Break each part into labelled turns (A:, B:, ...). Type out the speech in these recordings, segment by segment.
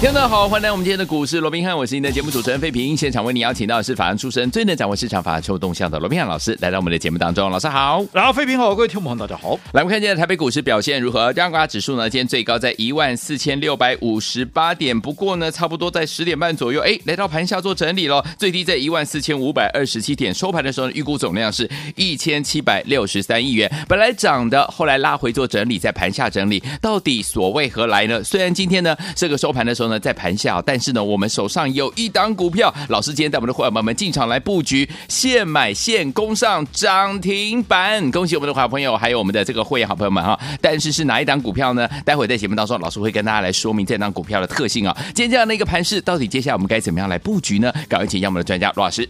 A: 听众朋友好，欢迎来我们今天的股市罗宾汉，我是您的节目主持人费平。现场为您邀请到的是法案出身、最能掌握市场法案臭动向的罗宾汉老师，来到我们的节目当中。老师好，
B: 然后，费平好，各位听众朋友，大家好。
A: 来我们看一下台北股市表现如何？加权指数呢，今天最高在一万四千六百五十八点，不过呢，差不多在十点半左右，哎，来到盘下做整理咯，最低在一万四千五百二十七点，收盘的时候呢，预估总量是一千七百六十三亿元，本来涨的，后来拉回做整理，在盘下整理，到底所谓何来呢？虽然今天呢，这个收盘的时候呢，在盘下，但是呢，我们手上有一档股票，老师今天带我们的伙伴们进场来布局，现买现攻上涨停板，恭喜我们的好朋友，还有我们的这个会员好朋友们哈。但是是哪一档股票呢？待会在节目当中，老师会跟大家来说明这档股票的特性啊。今天这样的一个盘势，到底接下来我们该怎么样来布局呢？赶快请让我们的专家罗老师。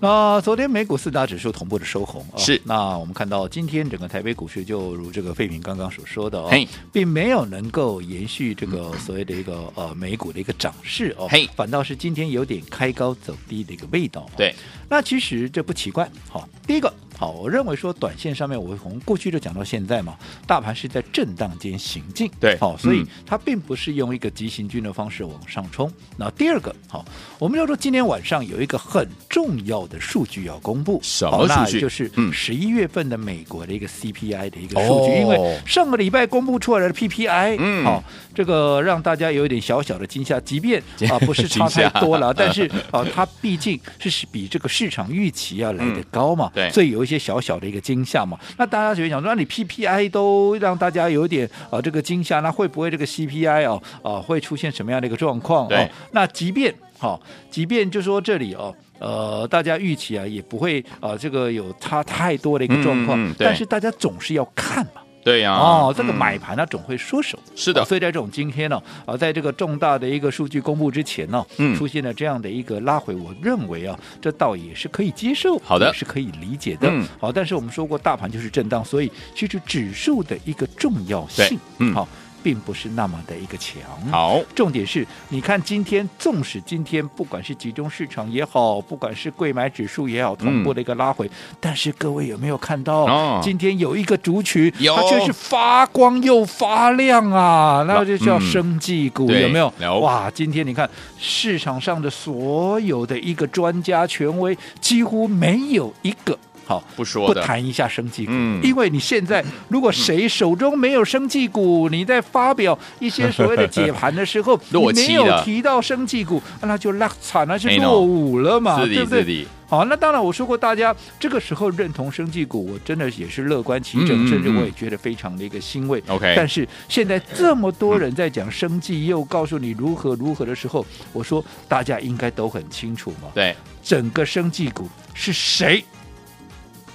B: 那、昨天美股四大指数同步的收红啊、
A: 是
B: 那我们看到今天整个台北股市就如这个费平刚刚所说的哦
A: 嘿，
B: 并没有能够延续这个所谓的一个呃美股的一个涨势哦
A: 嘿，
B: 反倒是今天有点开高走低的一个味道、哦。
A: 对，
B: 那其实这不奇怪。好、第一个，好，我认为说短线上面，我从过去就讲到现在嘛，大盘是在震荡间行进，
A: 对
B: 好、所以
A: 嗯
B: 它并不是用一个急行军的方式往上冲。那第二个，好、我们要说今天晚上有一个很重要的数据要公布，
A: 什么
B: 好那
A: 数据
B: 也就是
A: 嗯
B: 十一月份的美国的一个 CPI 的一个数据，
A: 哦
B: 因为上个礼拜公布出来的 PPI，
A: 嗯
B: 好、这个让大家有一点小小的惊吓，即便啊不是
A: 惊
B: 差太
A: 吓
B: 多了，但是啊，它毕竟是是比这个市场预期要来的高嘛，
A: 嗯对
B: 所以有一些小小的一个惊吓嘛。那大家就会想说，那你 PPI 都让大家有点啊这个惊吓，那会不会这个 CPI 哦啊会出现什么样的一个状况？
A: 对
B: 哦，那即便好、即便就说这里哦。呃，大家预期啊，也不会啊、这个有差太多的一个状况，
A: 嗯嗯嗯对
B: 但是大家总是要看嘛，
A: 对呀、
B: 哦，这个
A: 嗯
B: 买盘呢、总会缩手，
A: 是的
B: 哦所以在这种今天呢、啊，在这个重大的一个数据公布之前呢、
A: 嗯
B: 出现了这样的一个拉回，我认为啊，这倒也是可以接受，
A: 好的
B: 也是可以理解的。
A: 嗯
B: 好，但是我们说过，大盘就是震荡，所以其实指数的一个重要
A: 对
B: 性，
A: 嗯
B: 好、并不是那么的一个强。
A: 好，
B: 重点是，你看今天，纵使今天不管是集中市场也好，不管是贵买指数也好，同步的一个拉回，但是各位有没有看到，
A: 嗯哦
B: 今天有一个族群，
A: 有
B: 它却是发光又发亮啊，那就叫生技股，
A: 嗯对
B: 有没有
A: 有？
B: 哇，今天你看市场上的所有的一个专家权威，几乎没有一个好。
A: 不说
B: 不
A: 的，
B: 谈一下生技股，
A: 嗯，
B: 因为你现在如果谁手中没有生技股，你在发表一些所谓的解盘的时候
A: 落
B: 你
A: 期
B: 没
A: 了
B: 有提到生技股，那就落惨了，就
A: 没喏
B: 落伍了嘛，
A: 是
B: 对
A: 的，
B: 不对
A: 是？的，
B: 好，那当然我说过，大家这个时候认同生技股，我真的也是乐观其
A: 嗯嗯
B: 正，甚至
A: 嗯
B: 我也觉得非常的一个欣慰。
A: OK 嗯
B: 但是现在这么多人在讲生技，又告诉你如何如何的时候，我说大家应该都很清楚嘛，
A: 对，
B: 整个生技股是谁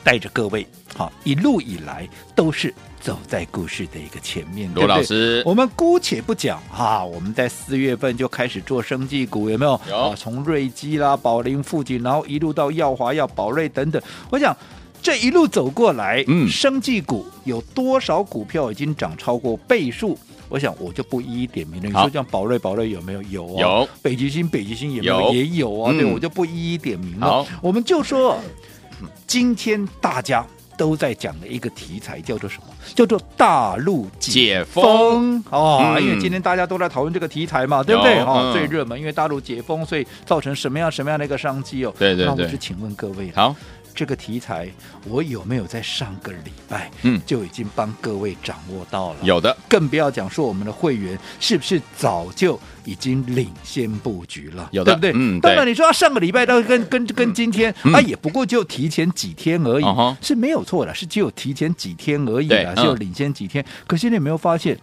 B: 带着各位，好，一路以来都是走在故事的一个前面，
A: 罗
B: 对不
A: 老
B: 对？
A: 师，
B: 我们姑且不讲哈、我们在四月份就开始做生技股，有没有？
A: 有
B: 啊，从瑞基啦、宝林、富锦，然后一路到耀华、耀宝瑞等等。我想这一路走过来，
A: 嗯
B: 生技股有多少股票已经涨超过倍数？我想我就不一一点名了。你
A: 好
B: 说像宝瑞、宝瑞有没有？有、哦，
A: 有。
B: 北极星、北极星有没有？
A: 有
B: 也有啊、对，
A: 嗯
B: 我就不一一点名
A: 好
B: 了。我们就说嗯今天大家。都在讲的一个题材叫做什么？叫做大陆
A: 解封
B: 风哦，
A: 嗯
B: 因为今天大家都在讨论这个题材嘛，对不对？
A: 有
B: 哦
A: 嗯，
B: 最热门，因为大陆解封，所以造成什么样什么样的一个商机哦？
A: 对对
B: 那我
A: 对
B: 就请问各位，
A: 好，
B: 这个题材我有没有在上个礼拜
A: 嗯
B: 就已经帮各位掌握到了？
A: 有的，
B: 更不要讲说我们的会员是不是早就已经领先布局了，
A: 有的
B: 对不对？
A: 嗯
B: 当然
A: 对
B: 你说啊上个礼拜到跟跟跟今天、
A: 嗯
B: 啊，也不过就提前几天而已，
A: 嗯哼
B: 是没有错的，是只有提前几天而已
A: 对
B: 啦，
A: 嗯
B: 只有领先几天。可是你有没有发现？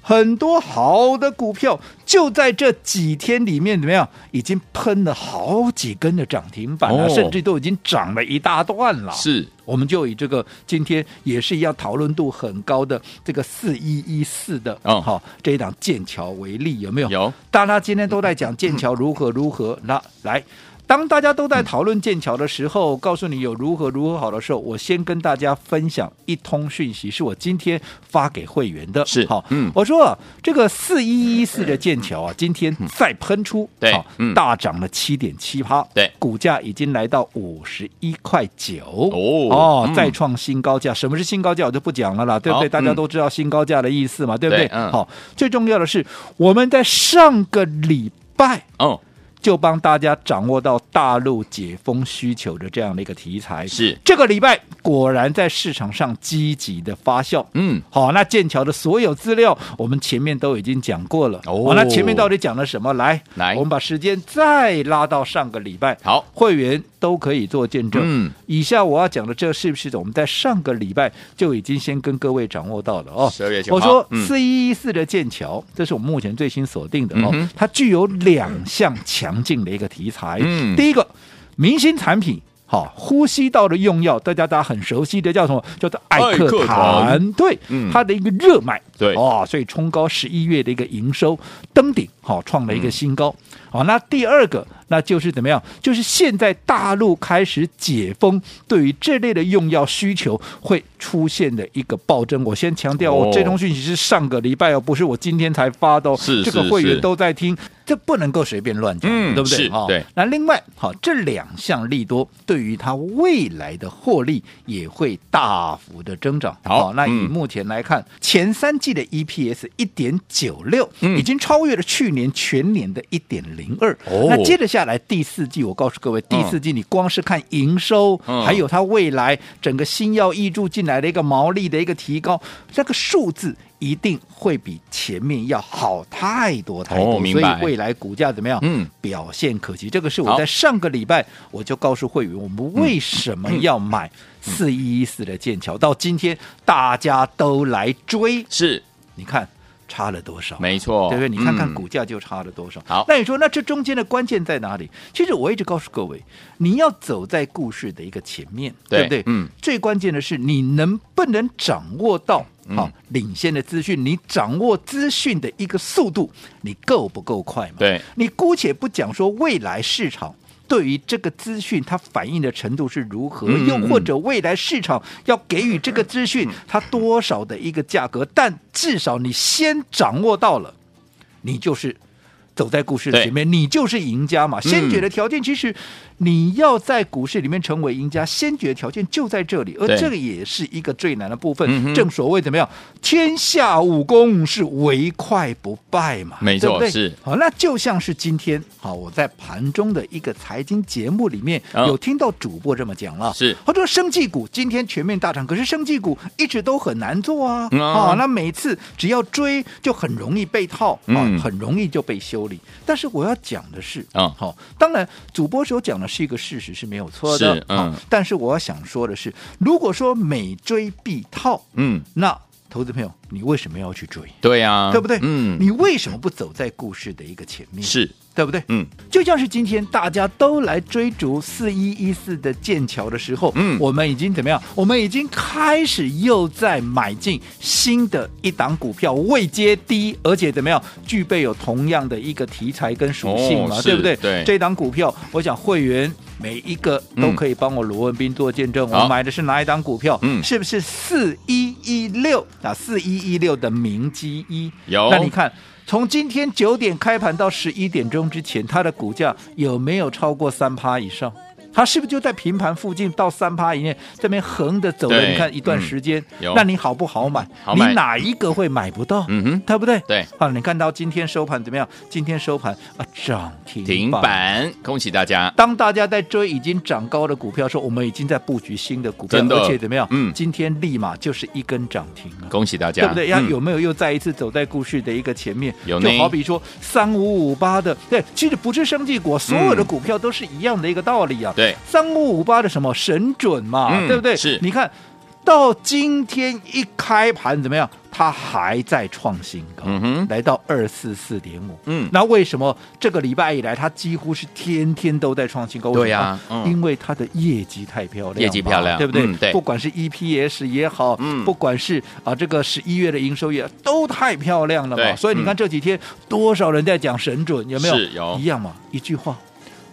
B: 很多好的股票就在这几天里面怎么样？已经喷了好几根的涨停板了，
A: 哦
B: 甚至都已经涨了一大段了。
A: 是
B: 我们就以这个今天也是一样讨论度很高的这个四一一四的，
A: 嗯
B: 好、这一档剑桥为例，有没有？
A: 有
B: 大家今天都在讲剑桥如何如何，那来。当大家都在讨论剑桥的时候，告诉你有如何如何好的时候，我先跟大家分享一通讯息，是我今天发给会员的。
A: 是
B: 好，
A: 嗯
B: 我说、啊、这个四一一四的剑桥啊，今天再喷出，
A: 对
B: 好
A: 嗯
B: 大涨了七点七趴，
A: 对
B: 股价已经来到五十一块九，
A: 哦嗯
B: 再创新高价。什么是新高价，我就不讲了啦，对不对？
A: 好
B: 大家
A: 嗯
B: 都知道新高价的意思嘛，对不对？
A: 对嗯
B: 好，最重要的是我们在上个礼拜。
A: 哦，
B: 就帮大家掌握到大陆解封需求的这样的一个题材。
A: 是
B: 这个礼拜果然在市场上积极的发酵。
A: 嗯，
B: 好，那剑桥的所有资料，我们前面都已经讲过了。
A: 哦
B: 好那前面到底讲了什么？来，
A: 来
B: 我们把时间再拉到上个礼拜。
A: 好
B: 会员都可以做见证。
A: 嗯，
B: 以下我要讲的，这是不是我们在上个礼拜就已经先跟各位掌握到了哦？
A: 12月9号
B: 我说
A: 嗯
B: 四一一四的剑桥，这是我们目前最新锁定的哦，
A: 嗯哼
B: 它具有两项强劲的一个题材。
A: 嗯
B: 第一个，明星产品。好，呼吸道的用药，大家大家很熟悉的叫什么？叫做艾
A: 艾克
B: 克
A: 坦
B: 坦，对，
A: 嗯
B: 它的一个热卖，
A: 对
B: 哦，所以冲高十一月的一个营收登顶，好、创了一个新高。
A: 嗯
B: 好、那第二个，那就是怎么样？就是现在大陆开始解封，对于这类的用药需求会出现的一个暴增。我先强调，
A: 哦
B: 我这通讯息是上个礼拜哦，不是我今天才发的哦，
A: 是
B: 这个
A: 是
B: 会员
A: 是
B: 都在听，这不能够随便乱讲，
A: 嗯
B: 对哦不对？
A: 是对
B: 那另外，好，这两项利多对于它未来的获利也会大幅的增长。
A: 好
B: 那以
A: 嗯
B: 目前来看，前三季的 EPS 一点九六，
A: 嗯
B: 已经超越了去年全年的一点零二。
A: 哦
B: 那接着下来第四季，我告诉各位，第四季你光是看营收，
A: 嗯
B: 还有它未来整个新药挹注进来的一个毛利的一个提高，这个数字。一定会比前面要好太多太多，
A: 哦明
B: 所以
A: 白
B: 未来股价怎么样？
A: 嗯，
B: 表现可期。这个是
A: 好
B: 我在上个礼拜我就告诉会员，我们为什么要买四一一四的剑桥，到今天大家都来追，
A: 是
B: 你看差了多少？
A: 没错，
B: 对不对？你看看
A: 嗯
B: 股价就差了多少。
A: 好
B: 那你说那这中间的关键在哪里？其实我一直告诉各位，你要走在故事的一个前面，
A: 对
B: 不对？
A: 嗯。
B: 最关键的是你能不能掌握到
A: 嗯
B: 好、领先的资讯，你掌握资讯的一个速度，你够不够快嘛？
A: 对。
B: 你姑且不讲说未来市场。对于这个资讯，它反映的程度是如何？
A: 嗯
B: 又或
A: 嗯
B: 者未来市场要给予这个资讯，它多少的一个价格？但至少你先掌握到了，你就是走在股市的前面，你就是赢家
A: 嗯
B: 嘛。先决的条件，其实你要在股市里面成为赢家，先决条件就在这里，而
A: 对
B: 这个也是一个最难的部
A: 嗯
B: 分。
A: 哼
B: 正所谓怎么样，天下武功是唯快不败嘛，
A: 没错
B: 对不对
A: 是
B: 好，那就像是今天好，我在盘中的一个财经节目里面、
A: 嗯
B: 有听到主播这么讲了，
A: 是
B: 他说生技股今天全面大涨，可是生技股一直都很难做啊，
A: 嗯啊
B: 啊，那每次只要追就很容易被套，啊，
A: 嗯
B: 很容易就被修理。但是我要讲的是，
A: 嗯
B: 好、当然主播所讲的是一个事实是没有错的，
A: 是嗯
B: 好但是我要想说的是，如果说每追必套，
A: 嗯，
B: 那投资朋友你为什么要去追？
A: 对呀，
B: 对不对？
A: 嗯，
B: 你为什么不走在故事的一个前面？，
A: 是
B: 对不对？
A: 嗯，
B: 就像是今天大家都来追逐四一一四的剑桥的时候，
A: 嗯
B: 我们已经怎么样？我们已经开始又在买进新的一档股票，未接低，而且怎么样？具备有同样的一个题材跟属性嘛，
A: 哦是
B: 对不对？
A: 对
B: 这档股票，我想会员。每一个都可以帮我罗文斌做见证，
A: 嗯好
B: 我买的是哪一档股票？
A: 嗯
B: 是不是四一一六啊？四一一六的明基一
A: 有
B: 那你看，从今天九点开盘到十一点钟之前，它的股价有没有超过三趴以上？它是不是就在平盘附近到三趴以内这边横着走了？
A: 对
B: 你看一段
A: 嗯
B: 时间，
A: 有
B: 那你好不好买？
A: 好买
B: 你哪一个会买不到？
A: 嗯哼
B: 对不对？
A: 对
B: 啊，你看到今天收盘怎么样？今天收盘啊，涨停
A: 停板，恭喜大家，
B: 当大家在追已经涨高的股票的时候，我们已经在布局新的股票，
A: 真的
B: 而且怎么样？
A: 嗯
B: 今天立马就是一根涨停啊！
A: 恭喜大家，
B: 对不对？要
A: 嗯
B: 有没有又再一次走在故事的一个前面？
A: 有呢
B: 就好比说三五五八的，对，其实不是生技股，所有的股票都是一样的一个道理啊。
A: 对，
B: 三五五八的什么神准嘛，
A: 嗯
B: 对不对？
A: 是
B: 你看到今天一开盘怎么样？它还在创新高，
A: 嗯哼
B: 来到二四四点五。
A: 嗯
B: 那为什么这个礼拜以来，它几乎是天天都在创新高？为
A: 对
B: 什么
A: 呀嗯
B: 因为它的业绩太漂亮嘛，
A: 业绩漂亮
B: 对不对？
A: 嗯对
B: 不管是 EPS 也好，
A: 嗯
B: 不管是啊这个十一月的营收也都太漂亮了
A: 对
B: 嘛。所以你看
A: 嗯
B: 这几天多少人在讲神准，有没有？
A: 是有
B: 一样嘛，一句话。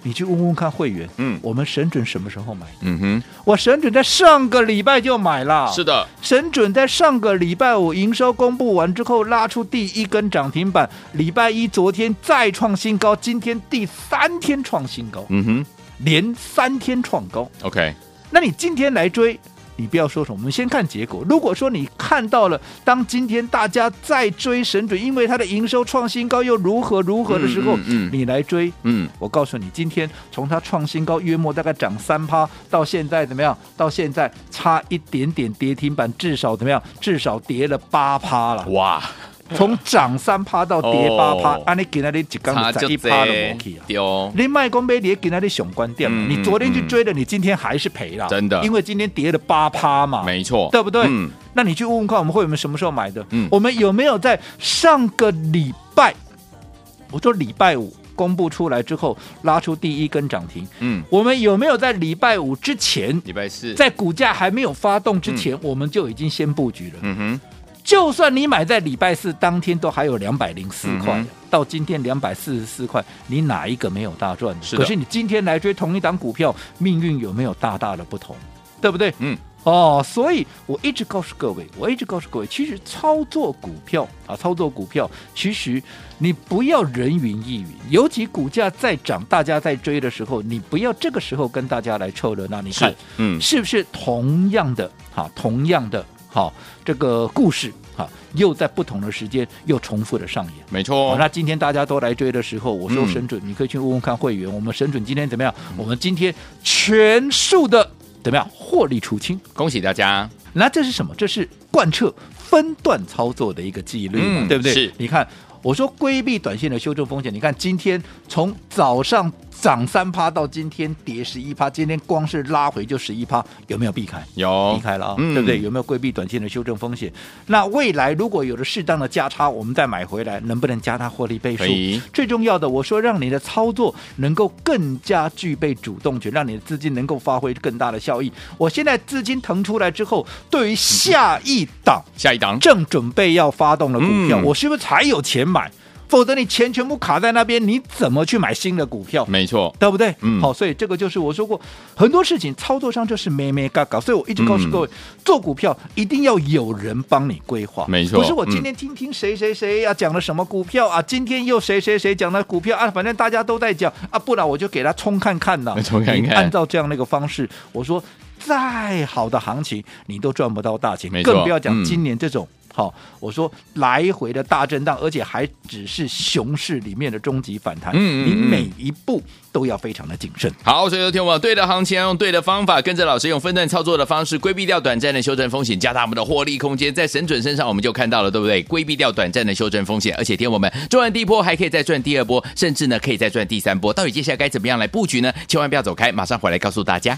B: 你去问问看会员，
A: 嗯
B: 我们神准什么时候买？
A: 嗯哼，
B: 我神准在上个礼拜就买了，
A: 是的，
B: 神准在上个礼拜五营收公布完之后拉出第一根涨停板，礼拜一昨天再创新高，今天第三天创新高，
A: 嗯哼
B: 连三天创高。
A: ，OK，
B: 那你今天来追，你不要说什么，我们先看结果。如果说你看到了，当今天大家在追神准，因为它的营收创新高又如何如何的时候，
A: 嗯嗯嗯
B: 你来追，
A: 嗯，
B: 我告诉你，今天从它创新高约莫大概涨三趴，到现在怎么样？到现在差一点点跌停板，至少怎么样？至少跌了八趴了。
A: 哇，
B: 从涨三趴到跌八趴啊
A: 哦，
B: 安尼给那里几缸才一趴都没去啊！
A: 丢，
B: 你卖光杯，你也给那里熊关掉了。
A: 嗯
B: 你昨天去追的，你今天还是赔了，
A: 真的
B: 因为今天跌了八趴嘛，
A: 没错，
B: 对不对？
A: 嗯
B: 那你去问问看，我们会员们什么时候买的？
A: 嗯
B: 我们有没有在上个礼拜，我说礼拜五公布出来之后拉出第一根涨停？
A: 嗯，
B: 我们有没有在礼拜五之前，
A: 礼拜四，
B: 在股价还没有发动之前，我们就已经先布局了？
A: 嗯哼，
B: 就算你买在礼拜四当天都还有两百零四块，
A: 嗯哼
B: 到今天两百四十四块，你哪一个没有大赚呢？
A: 是的
B: 可是你今天来追同一档股票，命运有没有大大的不同？对不对？
A: 嗯，
B: 哦，所以我一直告诉各位，我一直告诉各位，其实操作股票啊，操作股票，其实你不要人云亦云，尤其股价在涨，大家在追的时候，你不要这个时候跟大家来凑热闹。你看
A: 是，，嗯，
B: 是不是同样的哈，同样的好这个故事哈，又在不同的时间又重复的上演。
A: 没
B: 好，
A: 错，
B: 那今天大家都来追的时候，我说
A: 哦嗯
B: 神准，你可以去问问看会员，我们神准今天怎么样？我们今天全数的怎么样获利出清？
A: 恭喜大家，
B: 那这是什么？这是贯彻分段操作的一个纪律嘛，
A: 嗯
B: 对不对？
A: 是
B: 你看，我说规避短线的修正风险。你看今天从早上涨三趴到今天跌十一趴，今天光是拉回就十一趴，有没有避开？
A: 有
B: 避开了啊，
A: 嗯
B: 对不对？有没有规避短线的修正风险？那未来如果有了适当的价差，我们再买回来，能不能加大获利倍数
A: 可以？
B: 最重要的，我说让你的操作能够更加具备主动权，让你的资金能够发挥更大的效益。我现在资金腾出来之后，对于下一档
A: 下一档，
B: 正准备要发动的股票，
A: 嗯
B: 我是不是才有钱买？否则你钱全部卡在那边，你怎么去买新的股票？
A: 没错，
B: 对不对？
A: 嗯
B: 好，所以这个就是我说过，很多事情操作上就是咩咩嘎嘎，所以我一直告诉各
A: 嗯
B: 位，做股票一定要有人帮你规划，
A: 没错，
B: 不是我今天听听谁谁谁啊讲了什么股票啊，今天又谁谁谁讲了股票啊，反正大家都在讲啊，不然我就给他冲看看呢
A: 冲看看
B: 你按照这样的一个方式，我说再好的行情你都赚不到大钱
A: 没，错
B: 更不要
A: 嗯
B: 讲今年这种。好，我说来回的大震荡，而且还只是熊市里面的终极反弹，
A: 嗯嗯嗯
B: 你每一步都要非常的谨慎。
A: 好，所以有听我们对的行情，用对的方法，跟着老师用分段操作的方式，规避掉短暂的修正风险，加大我们的获利空间。在神准身上，我们就看到了，对不对？规避掉短暂的修正风险，而且听我们赚完第一波，还可以再赚第二波，甚至呢可以再赚第三波。到底接下来该怎么样来布局呢？千万不要走开，马上回来告诉大家。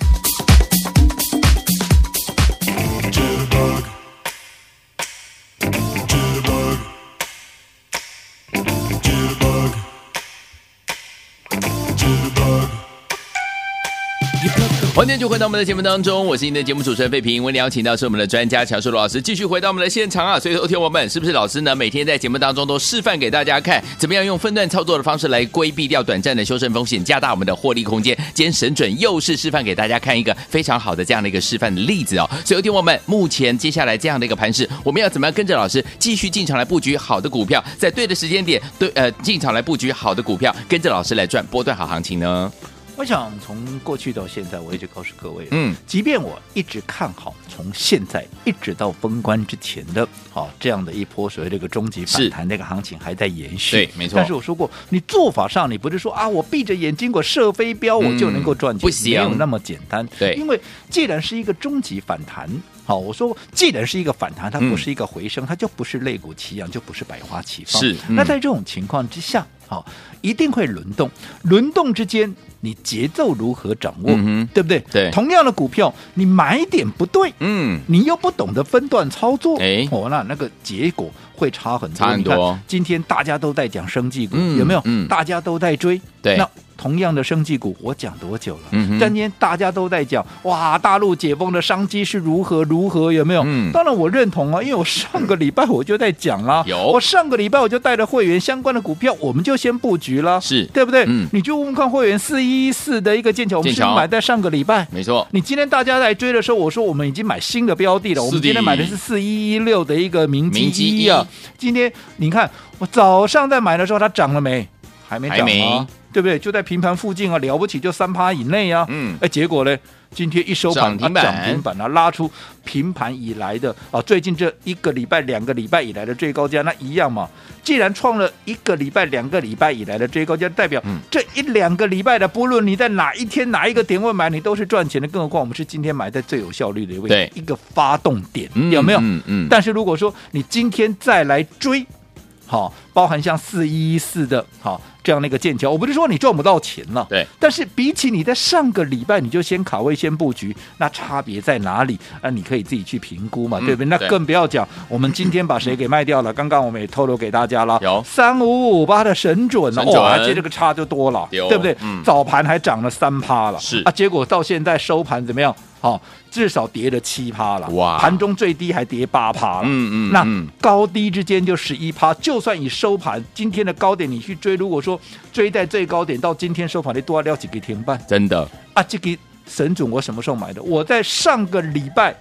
A: 欢迎继续回到我们的节目当中，我是您的节目主持人费平。为您邀请到是我们的专家乔树罗老师，继续回到我们的现场啊。所以，昨天我们是不是老师呢？每天在节目当中都示范给大家看，怎么样用分段操作的方式来规避掉短暂的修正风险，加大我们的获利空间。今天神准又是示范给大家看一个非常好的这样的一个示范的例子哦。所以，昨天我们目前接下来这样的一个盘势，我们要怎么样跟着老师继续进场来布局好的股票，在对的时间点对呃进场来布局好的股票，跟着老师来赚波段好行情呢？
B: 我想从过去到现在，我一直告诉各位，
A: 嗯，
B: 即便我一直看好从现在一直到封关之前的，好、这样的一波所谓这个终极
A: 是
B: 反弹那个行情还在延续，
A: 对没错
B: 但是我说过，你做法上你不是说啊，我闭着眼睛我射飞镖我就能够赚钱，
A: 嗯不行
B: 没有那么简单。
A: 对
B: 因为既然是一个终极反弹。好，我说过，既然是一个反弹，它
A: 嗯
B: 不是一个回升，它就不是肋骨齐扬，就不是百花齐放。
A: 是嗯
B: 那在这种情况之下，好、一定会轮动，轮动之间你节奏如何掌握，
A: 嗯哼
B: 对不对？
A: 对
B: 同样的股票，你买点不对，
A: 嗯，
B: 你又不懂得分段操作，
A: 哎
B: 哦，那那个结果会差很多。
A: 差很多
B: 你看今天大家都在讲生技股，
A: 嗯
B: 有没有？
A: 嗯
B: 大家都在追，
A: 对
B: 那同样的生技股，我讲多久了？
A: 嗯哼
B: 但今天大家都在讲，哇，大陆解封的商机是如何如何，有没有？
A: 嗯
B: 当然我认同啊，因为我上个礼拜我就在讲啦，
A: 有
B: 我上个礼拜我就带着会员相关的股票，我们就先布局了，
A: 是
B: 对不对？
A: 嗯
B: 你就问问看会员四一四的一个剑桥，我们
A: 剑
B: 是
A: 桥
B: 不是买在上个礼拜。
A: 没错，
B: 你今天大家来追的时候，我说我们已经买新的标的了。我
A: 是的
B: 们今天买的是四一一六的一个明基
A: 明基
B: 一啊。今天你看，我早上在买的时候它涨了没？还没涨
A: 还没
B: 啊，对不对？就在平盘附近啊，了不起就三趴以内啊。
A: 嗯，
B: 哎，结果呢？今天一收
A: 涨
B: 盘，
A: 停
B: 它
A: 板
B: 涨停板啊，拉出平盘以来的啊，最近这一个礼拜、两个礼拜以来的最高价，那一样嘛。既然创了一个礼拜、两个礼拜以来的最高价，代表
A: 嗯
B: 这一两个礼拜的，不论你在哪一天、哪一个点位买，你都是赚钱的。更何况我们是今天买在最有效率的位
A: 对
B: 置，一个发动点，
A: 嗯
B: 有没有？
A: 嗯嗯，
B: 但是如果说你今天再来追，好，包含像四一一四的，好这样的一个剑桥，我不是说你赚不到钱了，
A: 对，
B: 但是比起你在上个礼拜你就先卡位先布局，那差别在哪里？那你可以自己去评估嘛，
A: 嗯
B: 对不对？那
A: 对
B: 更不要讲我们今天把谁给卖掉了，刚刚我们也透露给大家了，
A: 有
B: 三五五八的神准了，
A: 神准
B: 哇，这这个差就多了，
A: 有
B: 对不对？
A: 嗯
B: 早盘还涨了三趴了，
A: 是
B: 啊，结果到现在收盘怎么样？好、至少跌了七趴了，
A: 哇
B: 盘中最低还跌八趴了，
A: 嗯嗯
B: 那
A: 嗯
B: 高低之间就十一趴，就算你收盘今天的高点你去追，如果说追在最高点到今天收盘，你多要几个停半
A: 真的，
B: 啊？这个神准我什么时候买的？我在上个礼拜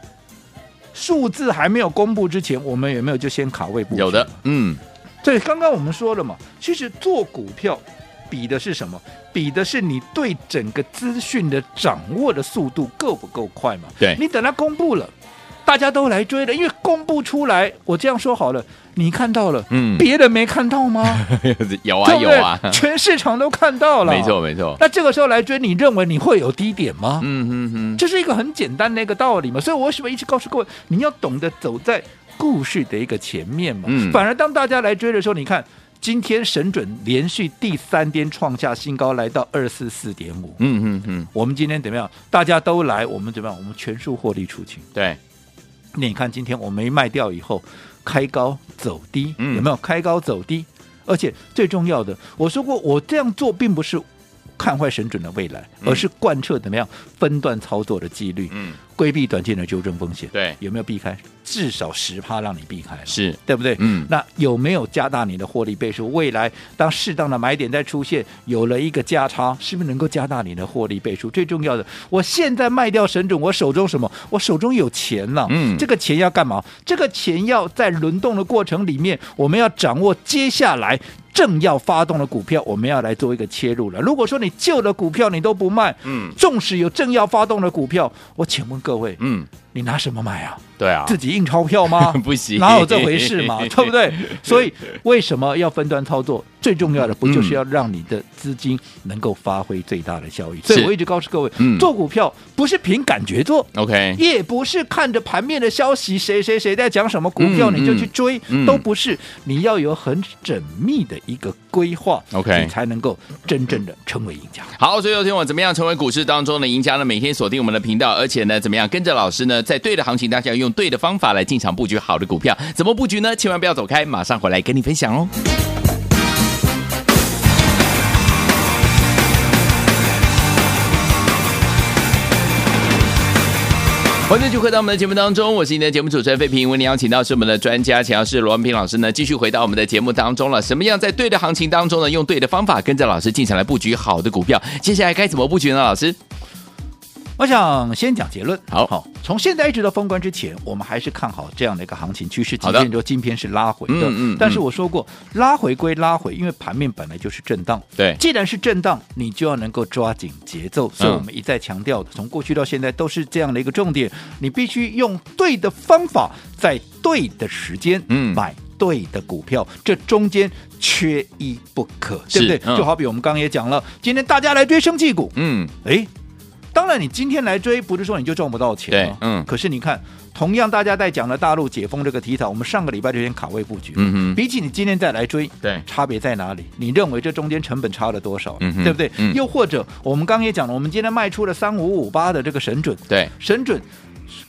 B: 数字还没有公布之前，我们有没有就先卡位布局？
A: 有的，嗯，
B: 对，刚刚我们说了嘛，其实做股票比的是什么？比的是你对整个资讯的掌握的速度够不够快嘛？
A: 对
B: 你等它公布了，大家都来追了，因为公布出来，我这样说好了，你看到了，
A: 嗯
B: 别人没看 到吗？
A: 有啊
B: 对不
A: 有
B: 对
A: 啊，
B: 全市场都看到了，
A: 没。错没错，
B: 那这个时候来追，你认为你会有低点吗？
A: 嗯嗯嗯，
B: 这是一个很简单的一个道理嘛，所以我为什么一直告诉各位，你要懂得走在故事的一个前面嘛。
A: 嗯
B: 反而当大家来追的时候，你看今天神准连续第三天创下新高，来到二四四点五。
A: 嗯嗯嗯，
B: 我们今天怎么样？大家都来，我们怎么样？我们全数获利出清。
A: 对，
B: 那你看今天我没卖掉以后，开高走低，
A: 嗯
B: 有没有开高走低？而且最重要的，我说过，我这样做并不是看坏神准的未来，
A: 嗯
B: 而是贯彻怎么样分段操作的纪律，
A: 嗯
B: 规避短线的纠正风险。
A: 对，
B: 有没有避开？至少十趴让你避开了，
A: 是，
B: 对不对？
A: 嗯
B: 那有没有加大你的获利倍数？未来当适当的买点再出现，有了一个价差，是不是能够加大你的获利倍数？最重要的，我现在卖掉神准，我手中什么？我手中有钱了。
A: 嗯
B: 这个钱要干嘛？这个钱要在轮动的过程里面，我们要掌握接下来。正要发动的股票，我们要来做一个切入了。如果说你旧的股票你都不卖，
A: 嗯
B: 纵使有正要发动的股票，我请问各位，
A: 嗯，
B: 你拿什么买啊？
A: 对啊，
B: 自己印钞票吗
A: ？不行
B: 哪有这回事 嘛，对不对？所以为什么要分段操作？最重要的不就是要让你的资金能够发挥最大的效益？所以我一直告诉各位
A: 嗯，哎
B: 做股票不是凭感觉做。
A: OK，
B: 也不是看着盘面的消息，谁谁谁在讲什么股票
A: 嗯
B: 你就去追
A: 嗯，
B: 都不是。你要有很缜密的一个规划
A: OK
B: 你才能够真正的成为赢家。
A: 好，所以有听我怎么样成为股市当中的赢家呢？每天锁定我们的频道，而且呢，怎么样跟着老师呢，在对的行情当下，用对的方法来进场布局好的股票。怎么布局呢？千万不要走开，马上回来跟你分享哦。欢迎继续回到我们的节目当中，我是你的节目主持人费平。为您邀请到是我们的专家，请到是罗文平老师呢，继续回到我们的节目当中了。什么样在对的行情当中呢，用对的方法跟着老师进场来布局好的股票？接下来该怎么布局呢？老师，
B: 我想先讲结论。
A: 好
B: 好，从现在一直到封关之前，我们还是看好这样的一个行情趋势。
A: 好
B: 即
A: 的
B: 便说今天是拉回的，
A: 嗯嗯嗯
B: 但是我说过，拉回归拉回，因为盘面本来就是震荡。
A: 对嗯
B: 既然是震荡，你就要能够抓紧节奏。所以我们一再强调的，从过去到现在都是这样的一个重点，你必须用对的方法，在对的时间，
A: 嗯
B: 买。对的股票，这中间缺一不可，对
A: 是
B: 不对？
A: 嗯
B: 就好比我们刚刚也讲了，今天大家来追生技股，
A: 嗯，
B: 哎，当然你今天来追，不是说你就赚不到钱、啊，
A: 对嗯
B: 可是你看，同样大家在讲的大陆解封这个题材，我们上个礼拜就先卡位布局，
A: 嗯哼
B: 比起你今天再来追，
A: 对
B: 差别在哪里？你认为这中间成本差了多少？
A: 嗯哼
B: 对不对？
A: 嗯
B: 又或者我们刚刚也讲了，我们今天卖出了三五五八的这个神准，
A: 对，
B: 神准。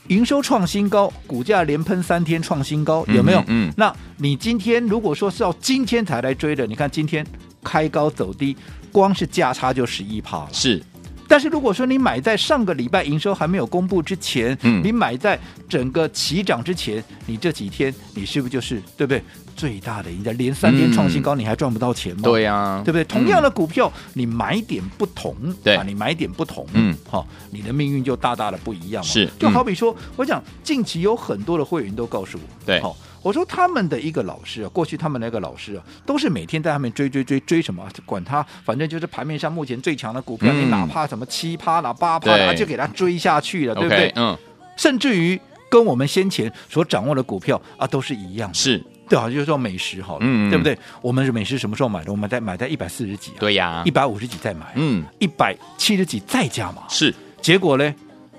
B: 营收创新高，股价连喷三天创新高，有没有？
A: 嗯嗯
B: 那你今天如果说是要今天才来追的，你看今天开高走低，光是价差就十一趴了。
A: 是
B: 但是如果说你买在上个礼拜营收还没有公布之前，
A: 嗯
B: 你买在整个起涨之前，你这几天你是不是就是对不对？最大的赢家连三天创新高，你还赚不到钱吗？
A: 对啊呀，
B: 对不对？同样的股票，你买点不同，
A: 嗯对
B: 啊，你买点不同，
A: 嗯，
B: 好、你的命运就大大的不一样嘛。
A: 是
B: 就
A: 嗯
B: 好比说，我讲近期有很多的会员都告诉我，
A: 对
B: 好、我说他们的一个老师啊，过去他们那个老师啊，都是每天在他们追追追追什么，管他，反正就是盘面上目前最强的股票，
A: 嗯
B: 你哪怕什么七趴啦、八趴
A: 对
B: 啦，就给他追下去了，对不
A: OK，
B: 对？
A: 嗯，
B: 甚至于跟我们先前所掌握的股票啊，都是一样的。
A: 是
B: 对啊，就是说美食好了，
A: 嗯嗯
B: 对不对？我们美食什么时候买的？我们在买在一百四十几、啊，
A: 对呀
B: 一，百五十几再买，
A: 嗯，
B: 一百七十几再加嘛。
A: 是
B: 结果呢，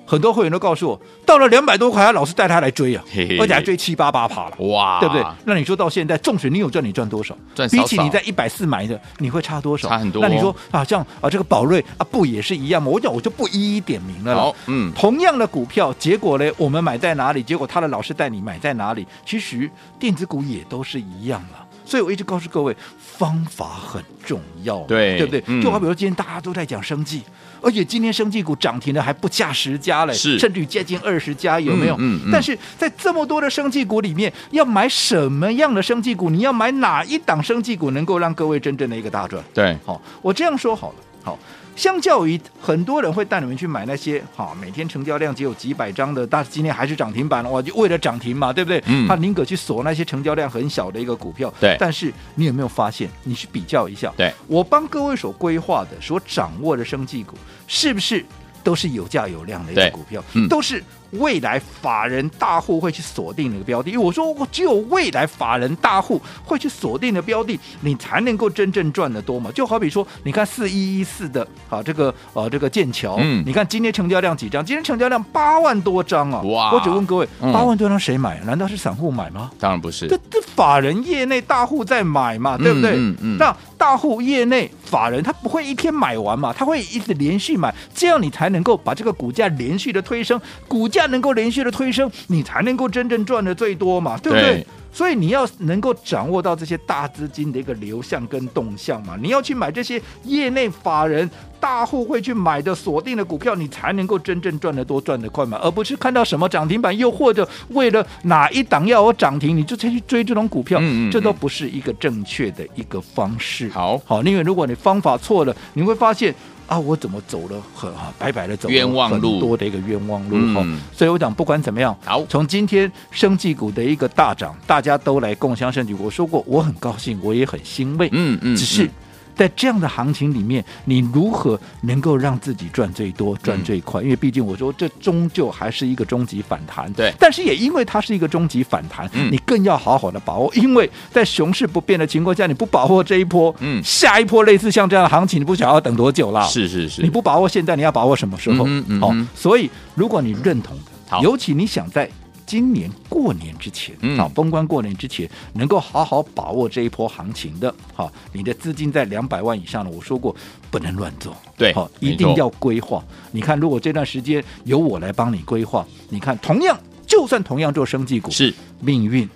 B: 很多会员都告诉我，到了两百多块，他老是带他来追啊
A: 嘿嘿，
B: 而且还追七八八趴了。
A: 哇，
B: 对不对？那你说到现在，纵使你有赚，你赚多少？
A: 赚少少
B: 比起你在一百四买的，你会差多少？
A: 差很多哦
B: 那你说啊，像啊这个宝瑞啊，不也是一样吗？我讲我就不一一点名了啦。
A: 好，嗯，
B: 同样的股票，结果呢，我们买在哪里？结果他的老师带你买在哪里？其实电子股也都是一样了。所以我一直告诉各位，方法很重要嘛，
A: 对
B: 对不对？
A: 嗯
B: 就好比说今天大家都在讲生技，而且今天生技股涨停的还不下十家嘞，
A: 是
B: 甚至于接近二十家，有没有？
A: 嗯嗯嗯
B: 但是在这么多的生技股里面，要买什么样的生技股？你要买哪一档生技股能够让各位真正的一个大赚？
A: 对，
B: 好、我这样说好了，好、相较于很多人会带你们去买那些好、每天成交量只有几百张的，但是今天还是涨停板了，哇，就为了涨停嘛，对不对？
A: 嗯
B: 他宁可去锁那些成交量很小的一个股票。
A: 对
B: 但是你有没有发现，你去比较一下，
A: 对
B: 我帮各位所规划的、所掌握的生技股，是不是都是有价有量的一
A: 对
B: 个股票？
A: 嗯
B: 都是未来法人大户会去锁定的一个标的。因为我说，我只有未来法人大户会去锁定的标的，你才能够真正赚得多嘛。就好比说，你看四一一四的啊，这个呃这个剑桥，
A: 嗯
B: 你看今天成交量几张？今天成交量八万多张啊！
A: 哇
B: 我只问各位，
A: 嗯
B: 八万多张谁买？难道是散户买吗？
A: 当然不是，
B: 这这法人业内大户在买嘛，对不对？
A: 嗯嗯
B: 那大户业内法人他不会一天买完嘛，他会一直连续买，这样你才能够把这个股价连续的推升，股价能够连续的推升，你才能够真正赚的最多嘛，对不对？
A: 对
B: 所以你要能够掌握到这些大资金的一个流向跟动向嘛，你要去买这些业内法人大户会去买的锁定的股票，你才能够真正赚得多、赚得快嘛，而不是看到什么涨停板，又或者为了哪一档要我涨停，你就再去追这种股票，
A: 嗯嗯
B: 这都
A: 嗯
B: 不是一个正确的一个方式。
A: 好，
B: 好，因为如果你方法错了，你会发现啊，我怎么走了很啊白白的走了
A: 冤枉路
B: 很多的一个冤枉路
A: 嗯
B: 哈、所以我讲不管怎么样，
A: 好
B: 从今天生技股的一个大涨，大家都来共襄盛举。我说过，我很高兴，我也很欣慰，
A: 嗯嗯，
B: 只是
A: 嗯。
B: 在这样的行情里面，你如何能够让自己赚最多、
A: 嗯
B: 赚最快？因为毕竟我说，这终究还是一个终极反弹。
A: 对
B: 但是也因为它是一个终极反弹，
A: 嗯
B: 你更要好好的把握，因为在熊市不变的情况下，你不把握这一波，
A: 嗯
B: 下一波类似像这样的行情，你不想要等多久啦？
A: 是是是，
B: 你不把握现在，你要把握什么时候？
A: 嗯哼嗯哼
B: 所以如果你认同
A: 好
B: 的，尤其你想在今年过年之前，
A: 嗯
B: 好封关过年之前，能够好好把握这一波行情的，好，你的资金在两百万以上的，我说过不能乱做，
A: 对
B: 好，
A: 没
B: 一定
A: 错
B: 要规划。你看，如果这段时间由我来帮你规划，你看，同样就算同样做生技股，
A: 是
B: 命运。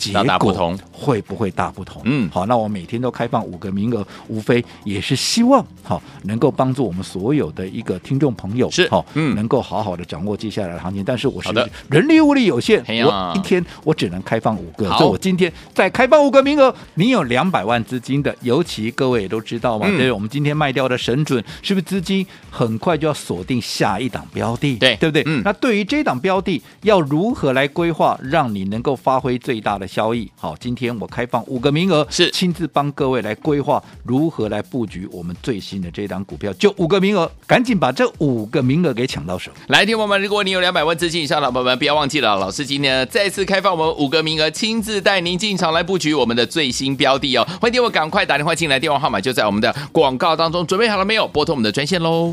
B: 结
A: 大
B: 果
A: 大不同
B: 会不会大不同？
A: 嗯
B: 好，那我每天都开放五个名额，无非也是希望好能够帮助我们所有的一个听众朋友
A: 是
B: 好，
A: 嗯
B: 能够好好的掌握接下来的行情。但是我是
A: 好的哎
B: 人力物力有限，
A: 嘿呀
B: 我一天我只能开放五个，
A: 好
B: 所以我今天再开放五个名额。你有两百万资金的，尤其各位也都知道嘛，
A: 嗯
B: 对，我们今天卖掉的神准是不是资金很快就要锁定下一档标的？
A: 对
B: 对不对？
A: 嗯
B: 那对于这档标的要如何来规划，让你能够发挥最大的效益？好，今天我开放五个名额，
A: 是
B: 亲自帮各位来规划如何来布局我们最新的这档股票，就五个名额，赶紧把这五个名额给抢到手。
A: 来，听众朋友们，如果你有两百万资金以上的老朋友们，不要忘记了，老师今天呢再次开放我们五个名额，亲自带您进场来布局我们的最新标的哦。欢迎听我赶快打电话进来，电话号码就在我们的广告当中，准备好了没有？拨通我们的专线喽。